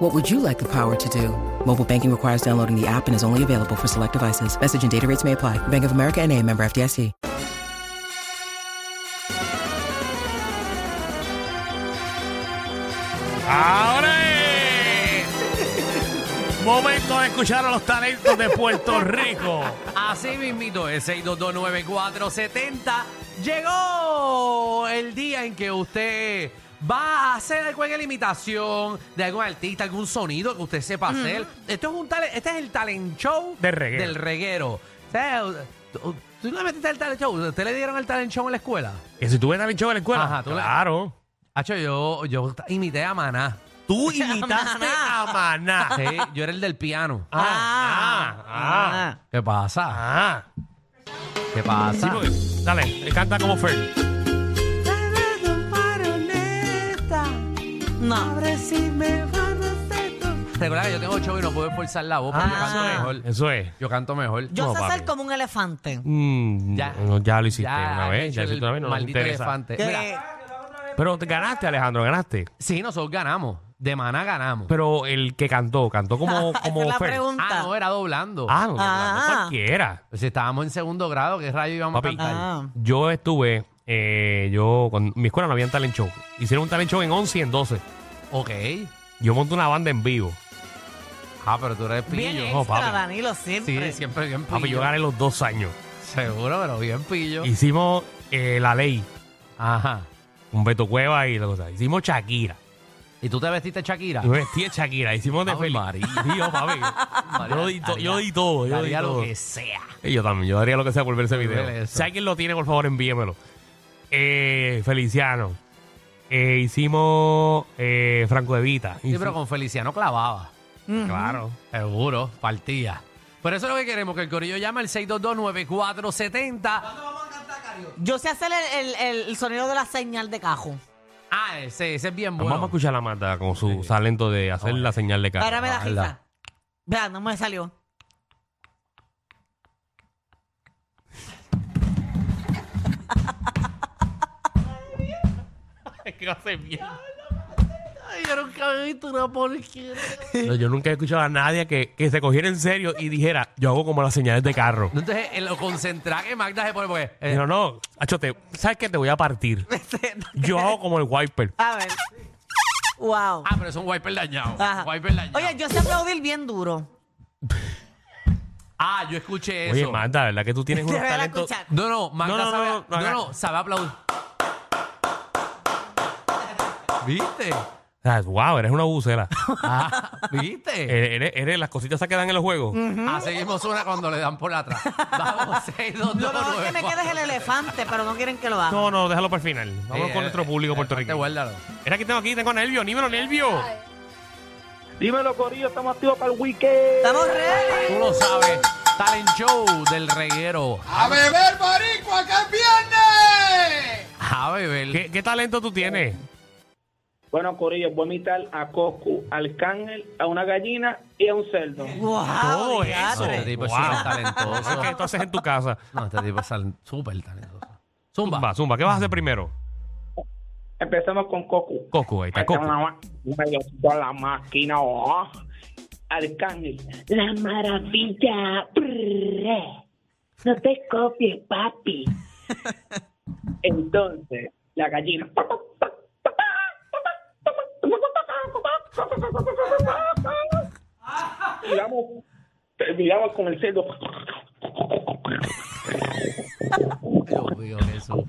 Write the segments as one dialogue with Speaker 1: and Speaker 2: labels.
Speaker 1: What would you like the power to do? Mobile banking requires downloading the app and is only available for select devices. Message and data rates may apply. Bank of America and a member FDIC.
Speaker 2: Ahora es momento de escuchar a los talentos de Puerto Rico.
Speaker 3: Así mismito es 6229470. Llegó el día en que usted va a hacer alguna imitación de algún artista, algún sonido que usted sepa hacer. Esto es un talent, este es el talent show
Speaker 2: Del reguero.
Speaker 3: del reguero. O sea, ¿tú, tú le metiste el talent show, ¿usted le dieron el talent show en la escuela?
Speaker 2: ¿Y si tú ves a Nacho en la escuela?
Speaker 3: Ajá, tú la-
Speaker 2: claro.
Speaker 3: Hacho, yo, yo imité a Maná.
Speaker 2: Tú imitaste a Maná.
Speaker 3: Sí, yo era el del piano.
Speaker 2: Ah, ah,
Speaker 3: ¿Qué pasa?
Speaker 2: ah.
Speaker 3: ¿Qué pasa?
Speaker 2: Sí, porque- dale, canta como Fer.
Speaker 4: No.
Speaker 3: Recuerda que yo tengo show y no puedo esforzar la voz, pero yo canto
Speaker 4: Ah.
Speaker 3: mejor.
Speaker 2: Eso es.
Speaker 3: Yo canto mejor.
Speaker 4: Yo
Speaker 2: No,
Speaker 4: sé
Speaker 2: papi.
Speaker 4: hacer como un elefante.
Speaker 2: Mm,
Speaker 3: Ya.
Speaker 2: no, ya lo hiciste
Speaker 3: Ya,
Speaker 2: una
Speaker 3: han
Speaker 2: vez.
Speaker 3: hecho
Speaker 2: Ya lo
Speaker 3: el
Speaker 2: hiciste una vez. No nos
Speaker 3: maldito
Speaker 2: interesa.
Speaker 3: elefante.
Speaker 4: Que-
Speaker 3: Mira,
Speaker 2: Pero te ganaste, Alejandro, ganaste.
Speaker 3: sí, nosotros ganamos. De maná ganamos.
Speaker 2: Pero el que cantó, cantó como,
Speaker 4: Esa
Speaker 2: como
Speaker 4: es la
Speaker 2: Fer.
Speaker 4: pregunta.
Speaker 3: ah, no, era doblando.
Speaker 2: Ah, no, no, no,
Speaker 4: Ah.
Speaker 2: cualquiera.
Speaker 3: Si estábamos en segundo grado, ¿qué rayo íbamos
Speaker 2: Papi,
Speaker 3: a cantar?
Speaker 4: Ah.
Speaker 2: Yo estuve, eh, yo, con mi escuela no había talent show. Hicieron un talent show en 11 y en 12.
Speaker 3: Ok.
Speaker 2: Yo monté una banda en vivo.
Speaker 3: Ah, pero tú eres pillo.
Speaker 4: Bien
Speaker 2: no,
Speaker 4: extra,
Speaker 2: papi.
Speaker 4: Danilo,
Speaker 3: sí,
Speaker 4: siempre.
Speaker 3: siempre bien pillo.
Speaker 2: Papi, yo gané los dos años.
Speaker 3: Seguro, pero bien pillo.
Speaker 2: Hicimos eh, La Ley
Speaker 3: Ajá.
Speaker 2: con Beto Cueva y la cosa. Hicimos Shakira.
Speaker 3: ¿Y tú te vestiste Shakira?
Speaker 2: Yo me vestí de Shakira. Hicimos de
Speaker 3: Ay,
Speaker 2: Feliz.
Speaker 3: María.
Speaker 2: Yo, papi. Yo lo di, to- yo lo di todo. Yo lo di
Speaker 3: Daría
Speaker 2: todo.
Speaker 3: lo que sea.
Speaker 2: Y yo también. Yo daría lo que sea por ver ese
Speaker 3: Me duele
Speaker 2: video.
Speaker 3: eso.
Speaker 2: Si alguien lo tiene, por favor, envíemelo. Eh, Feliciano. Eh, hicimos eh, Franco de Vita.
Speaker 3: Sí, pero con Feliciano clavaba.
Speaker 2: Claro.
Speaker 3: Seguro, partía. Por eso es lo que queremos, que el corillo llame al 6229470.
Speaker 4: Yo sé hacer el, el- el- el sonido de la señal de cajo.
Speaker 3: Ah, ese, ese es bien
Speaker 2: Vamos a
Speaker 3: bueno.
Speaker 2: escuchar a la mata con su talento de hacer la señal de cara.
Speaker 4: Ahora me da
Speaker 2: Hazla.
Speaker 4: risa. Vea, no me salió.
Speaker 3: Ay, yo nunca he visto una porquería.
Speaker 2: No, Yo nunca he escuchado a nadie que, que se cogiera en serio y dijera, yo hago como las señales de carro.
Speaker 3: Entonces, en lo concentrada que Magda se pone, porque. eh,
Speaker 2: Dijo, no, achote, ¿sabes qué? Te voy a partir. Yo hago como el wiper.
Speaker 4: A ver. Wow.
Speaker 3: ah, pero es un wiper dañado.
Speaker 4: Ajá.
Speaker 3: un wiper dañado.
Speaker 4: Oye, yo sé aplaudir bien duro.
Speaker 3: Ah, yo escuché eso.
Speaker 2: Oye, Marta, ¿verdad que tú tienes
Speaker 4: Te
Speaker 2: unos
Speaker 4: voy a
Speaker 2: talentos?
Speaker 4: escuchar.
Speaker 3: No, no, Magda
Speaker 2: No, no,
Speaker 3: sabe.
Speaker 2: no,
Speaker 3: No,
Speaker 2: no, no,
Speaker 3: no,
Speaker 2: haga-
Speaker 3: sabe aplaudir. ¿Viste?
Speaker 2: Ah, wow, eres una bucera.
Speaker 3: Ah, ¿Viste?
Speaker 2: eres, eres- eres las cositas esas que dan en los juegos.
Speaker 4: Mm.
Speaker 3: Así mismo suena cuando le dan por atrás. Vamos, 6, 2, 2,
Speaker 4: Lo mejor que me queda es el elefante, pero no quieren que lo haga.
Speaker 2: No, no, déjalo para el final. Vamos
Speaker 4: eh,
Speaker 2: con nuestro público puertorriqueño.
Speaker 3: Eh, Guárdalo.
Speaker 2: Era que tengo aquí, tengo nervios, dímelo, nervios.
Speaker 5: Dímelo, Corillo, estamos activos para el weekend.
Speaker 4: Estamos ready.
Speaker 3: Tú lo sabes. Talent show del reguero.
Speaker 6: ¡A beber marico, que es viernes!
Speaker 3: A beber.
Speaker 2: ¿Qué, qué talento tú tienes?
Speaker 5: Bueno, Corillo, voy a imitar a Coscu, al cángel, a una gallina y a un cerdo.
Speaker 4: Wow.
Speaker 2: Todo eso.
Speaker 3: No, este tipo es
Speaker 2: Wow.
Speaker 3: súper talentoso.
Speaker 2: ¿Qué tú haces en tu casa?
Speaker 3: No, este tipo es sal- súper talentoso. Zumba.
Speaker 2: Zumba, zumba. ¿Qué vas a hacer primero?
Speaker 5: Empezamos con Coscu.
Speaker 2: Coco, ahí está,
Speaker 5: Esta es
Speaker 2: Coco.
Speaker 5: una ma- me gustó la máquina. oh. Arcángel.
Speaker 7: La maravilla. Prrr. No te copies, papi.
Speaker 5: Entonces, la gallina. Terminamos, terminamos con el cerdo.
Speaker 3: Dios mío, Jesús.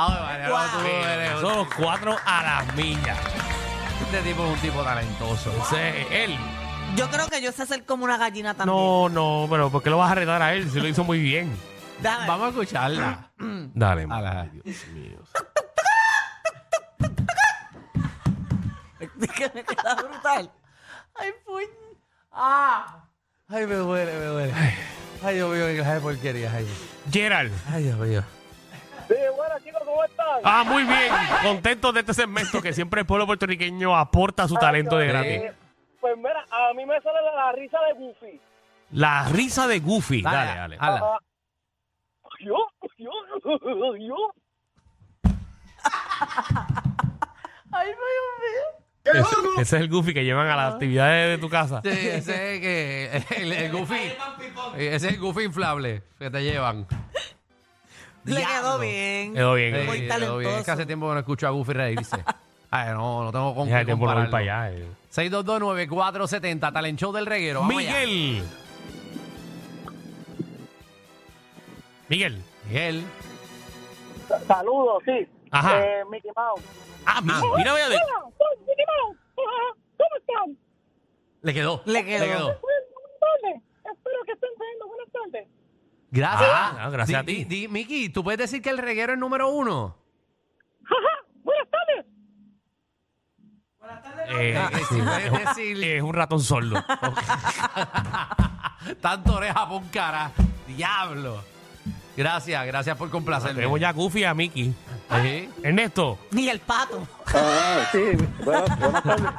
Speaker 3: Ah, bueno, tú eres
Speaker 2: Son los cuatro a las millas.
Speaker 3: un- Este tipo es un tipo talentoso.
Speaker 2: Ese, él.
Speaker 4: Yo creo que yo sé hacer como una gallina también.
Speaker 2: No, no, pero ¿por qué lo vas a retar a él si lo hizo muy bien?
Speaker 4: Dame.
Speaker 3: Vamos a escucharla.
Speaker 2: Dale.
Speaker 3: A la- Ay, Dios mío.
Speaker 4: que me queda brutal. Ay, puñ.
Speaker 3: Ah. Ay, me duele, me duele. Ay, Dios mío, qué clase de porquerías ahí.
Speaker 2: Gerald.
Speaker 3: Ay, Dios mío.
Speaker 5: Sí, buenas chicos, ¿cómo están?
Speaker 2: Ah, muy bien. Contento de este segmento que siempre el pueblo puertorriqueño aporta su talento de gratis.
Speaker 3: Eh,
Speaker 5: Pues mira, a mí me sale la, la risa de Goofy.
Speaker 2: La risa de Goofy. Dale, dale.
Speaker 3: hala.
Speaker 5: Yo, yo, yo.
Speaker 4: Ay, Dios
Speaker 2: Ese, ese es el Goofy que llevan a las actividades de tu casa.
Speaker 3: Sí, Este, Ese es que el, el Goofy. Eh, Ese es el Goofy inflable que te llevan.
Speaker 4: mío. Le quedó
Speaker 3: Diablo.
Speaker 4: bien.
Speaker 2: Quedó bien.
Speaker 3: Sí,
Speaker 2: quedó
Speaker 4: Muy
Speaker 2: bien.
Speaker 3: quedó bien. Es que hace
Speaker 4: talentoso.
Speaker 3: tiempo que no escucho a Goofy reírse. Ay, no, no tengo con
Speaker 2: Ya
Speaker 3: qué
Speaker 2: de tiempo no voy
Speaker 3: compararlo.
Speaker 2: para allá. eh.
Speaker 3: 6229470, Talent Show del Reguero. Vamos allá.
Speaker 2: Miguel. Miguel.
Speaker 3: Miguel.
Speaker 5: Saludos, sí.
Speaker 2: Ajá.
Speaker 5: Eh, Mickey Mouse.
Speaker 2: Ah, mi- mira, vaya de-
Speaker 5: Mickey Mouse. ¿Cómo están?
Speaker 3: Le quedó.
Speaker 4: Le quedó.
Speaker 2: Ah,
Speaker 5: Buenas tardes. Espero que estén teniendo buenas tardes.
Speaker 3: Gracias.
Speaker 2: Ah, no, gracias
Speaker 3: Di-
Speaker 2: a ti.
Speaker 3: di- di- Miki, ¿tú puedes decir que el reguero es número uno?
Speaker 5: Ajá, buenas tardes.
Speaker 2: Eh,
Speaker 3: Eh, si puedes decir
Speaker 2: es un ratón sordo.
Speaker 3: tanto oreja pon cara. Diablo. Gracias, gracias por complacerme.
Speaker 2: Tenemos ya a Goofy y a Mickey.
Speaker 3: Sí.
Speaker 2: Ernesto.
Speaker 4: Ni el pato.
Speaker 5: Ah, sí, buenas, buenas tardes.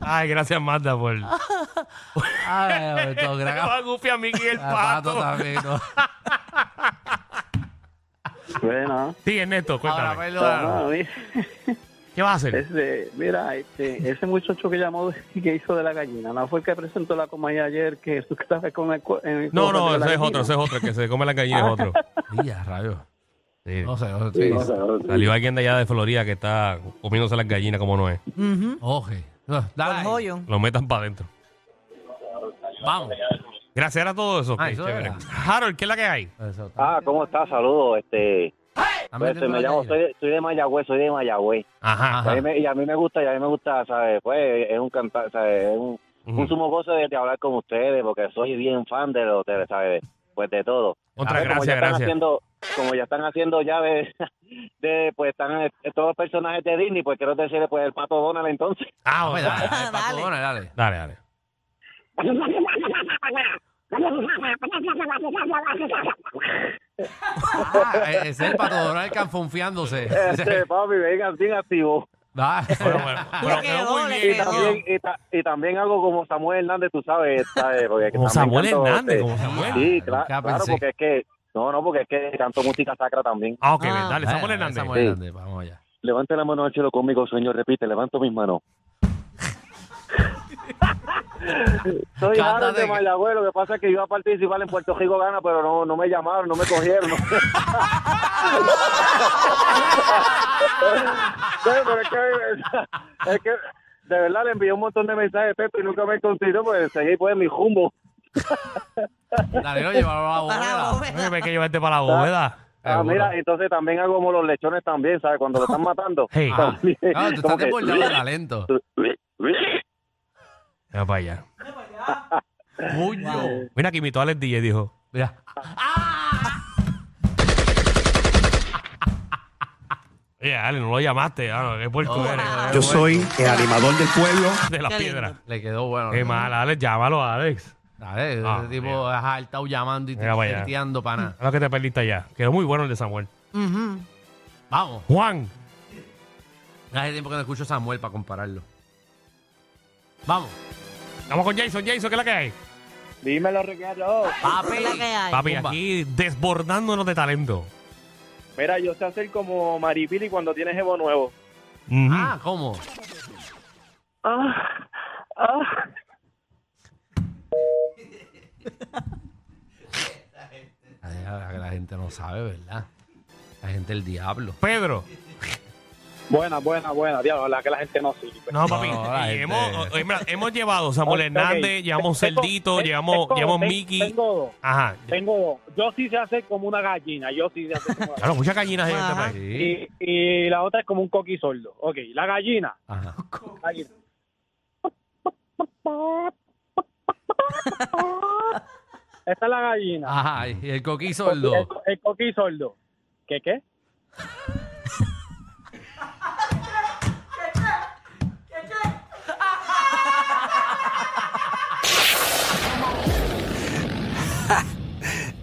Speaker 2: Ay, gracias, Marta, por.
Speaker 3: Ay, Roberto,
Speaker 2: Tenemos
Speaker 3: gra-
Speaker 2: a Goofy, a Mickey y el
Speaker 3: a Ah, Pato
Speaker 2: pato.
Speaker 3: también. ¿no?
Speaker 8: Bueno,
Speaker 2: Sí, Ernesto,
Speaker 3: Ahora,
Speaker 2: cuéntame.
Speaker 3: pues. perdón.
Speaker 8: ah, mira,
Speaker 2: ¿Qué vas a hacer?
Speaker 8: este, mira, este, ese muchacho que llamó que hizo de la gallina, no fue el que presentó la compañía ayer que tú estabas con el, cu- en el
Speaker 2: No,
Speaker 8: cuadro
Speaker 2: no,
Speaker 8: de la
Speaker 2: ese es
Speaker 8: gallina?
Speaker 2: otro, ese es otro. El que se come la gallina es otro.
Speaker 3: Ya, rayo.
Speaker 2: Sí.
Speaker 3: No sé, no
Speaker 8: Sí,
Speaker 3: sé.
Speaker 8: no sé, no sé.
Speaker 2: Salió alguien de allá de Florida que está comiéndose las gallinas como no es.
Speaker 3: Oje. No,
Speaker 4: Con
Speaker 3: dale ahí.
Speaker 4: joyón.
Speaker 2: Lo metan para adentro.
Speaker 3: Vamos.
Speaker 2: Gracias a todo eso.
Speaker 3: Ah,
Speaker 2: qué
Speaker 3: eso
Speaker 2: chévere.
Speaker 3: era.
Speaker 2: Harold, ¿qué es la que hay?
Speaker 3: Eso, está-
Speaker 9: Ah, ¿cómo estás? Saludos. Este,
Speaker 3: está
Speaker 9: pues,
Speaker 3: metiendo
Speaker 9: me
Speaker 3: la
Speaker 9: llamo,
Speaker 3: gallina.
Speaker 9: soy, soy de Mayagüez, soy de Mayagüez.
Speaker 2: Ajá.
Speaker 9: Y a, mí me, y a mí me gusta, y a mí me gusta, ¿sabes? Pues es un canta, ¿sabes? Es un,
Speaker 2: Ujú.
Speaker 9: un sumo gozo de, de hablar con ustedes, porque soy bien fan de los, de, ¿sabes? Pues de todo.
Speaker 2: Otra,
Speaker 9: ¿Sabes? Como
Speaker 2: Ah, gracias,
Speaker 9: ya están
Speaker 2: gracias.
Speaker 9: haciendo- como ya están haciendo ya de, de, pues están eh, todos los personajes de Disney, pues quiero decirle, pues el pato Donald entonces.
Speaker 2: Ah,
Speaker 3: Pues,
Speaker 2: otra.
Speaker 3: dale, dale, Pato,
Speaker 4: Dale.
Speaker 3: dale, dale.
Speaker 2: Dale, dale.
Speaker 3: Ah, ese es el pato Donald canfonfiándose.
Speaker 9: Este, papi, venga, bien activo.
Speaker 3: Ah,
Speaker 2: Bueno, bueno, bueno,
Speaker 4: Le
Speaker 2: quedó
Speaker 4: quedó,
Speaker 2: muy
Speaker 4: le
Speaker 2: bien.
Speaker 4: quedó.
Speaker 9: También- y, ta- y también algo como Samuel Hernández, tú sabes. ¿sabes? Porque
Speaker 2: Como Samuel
Speaker 9: también canto,
Speaker 2: Hernández,
Speaker 9: este,
Speaker 2: como Samuel.
Speaker 9: Sí,
Speaker 3: Ah,
Speaker 9: cla-
Speaker 3: nunca
Speaker 9: claro,
Speaker 3: pensé.
Speaker 9: porque es que. No, no, porque es que canto música sacra también.
Speaker 2: Ah, ok,
Speaker 4: Ah.
Speaker 2: bien, dale, Samuel
Speaker 3: Dale,
Speaker 2: Hernández.
Speaker 3: Samuel Hernández, vamos allá.
Speaker 9: Levante la mano al cielo conmigo, sueño, repite, levanto mis manos. Soy
Speaker 3: Cántate.
Speaker 9: Harold de Mayagüez, lo que pasa es que iba a participar en Puerto Rico Gana, pero no, no me llamaron, no me cogieron. Pero, pero es, que, es que de verdad le envié un montón de mensajes, Pepe, y nunca me consiguió, porque seguí pues en mi jumbo.
Speaker 3: Dale, lo llevaron a la
Speaker 4: Para la
Speaker 3: bóveda.
Speaker 4: bóveda.
Speaker 2: Ay, Hay que llevarte para la bóveda.
Speaker 9: Ah,
Speaker 3: Seguro.
Speaker 9: mira, entonces también hago como los lechones también, ¿sabes? Cuando lo están matando.
Speaker 2: Hey.
Speaker 3: Ah,
Speaker 9: También.
Speaker 3: claro, tú estás
Speaker 9: Como que-
Speaker 3: desbordado de talento.
Speaker 2: Mira para allá.
Speaker 3: Coño.
Speaker 2: Mira que imitó a Alex DJ, dijo.
Speaker 3: Mira.
Speaker 4: Ah.
Speaker 2: Oye, Ale, no lo llamaste. Ah, no, qué puerco
Speaker 3: Oh.
Speaker 2: eres.
Speaker 3: Yo soy
Speaker 6: el animador del pueblo.
Speaker 2: De
Speaker 4: Qué
Speaker 2: las
Speaker 4: lindo.
Speaker 2: piedras.
Speaker 3: Le quedó bueno.
Speaker 2: Qué mal, Alex. Llámalo, Alex.
Speaker 3: Dale, ese
Speaker 2: Ah,
Speaker 3: tipo
Speaker 2: mira.
Speaker 3: es altao llamando y
Speaker 2: Mira para allá.
Speaker 3: tirteando para nada.
Speaker 2: A lo que te perdiste allá. Quedó muy bueno el de Samuel.
Speaker 4: Ujú.
Speaker 3: Vamos.
Speaker 2: Juan.
Speaker 3: Hace tiempo que no escucho a Samuel para compararlo. Vamos.
Speaker 2: Vamos con Jason. Jason, ¿qué es la que hay?
Speaker 5: Dímelo, Ricardo.
Speaker 4: ¿Qué es
Speaker 3: Papi.
Speaker 4: la que hay?
Speaker 2: Papi,
Speaker 3: bomba.
Speaker 2: aquí desbordándonos de talento.
Speaker 5: Mira, yo sé hacer como Maripili cuando tiene jevo nuevo.
Speaker 2: Ujú.
Speaker 3: Ah, ¿cómo?
Speaker 5: Ah, ah.
Speaker 3: Ay, la la gente no sabe, ¿verdad? La gente el diablo.
Speaker 2: Pedro.
Speaker 5: Buena, buena, buena. Diablo, la que la gente no sirve.
Speaker 2: No, papi.
Speaker 3: No, la
Speaker 2: y
Speaker 3: gente-
Speaker 2: hemos, eh, mira, hemos llevado Samuel
Speaker 5: Ok.
Speaker 2: Hernández, llevamos
Speaker 5: Tengo-
Speaker 2: Celdito,
Speaker 5: ten-
Speaker 2: llevamos,
Speaker 5: tengo-
Speaker 2: llevamos
Speaker 5: ten-
Speaker 2: Mickey.
Speaker 5: Tengo dos.
Speaker 2: Ajá.
Speaker 5: Tengo dos. Yo sí sé hacer como una gallina. Yo sí sé hacer como una gallina.
Speaker 2: Claro, muchas gallinas hay en este
Speaker 4: Ajá.
Speaker 2: país.
Speaker 3: Sí.
Speaker 5: Y, y la otra es como un coqui sordo. Ok, la gallina.
Speaker 3: Ajá.
Speaker 5: gallina. Esta es la
Speaker 2: Ah,
Speaker 5: gallina.
Speaker 3: Ajá, y el coquí sordo.
Speaker 5: El, el coqui sordo. ¿Qué qué?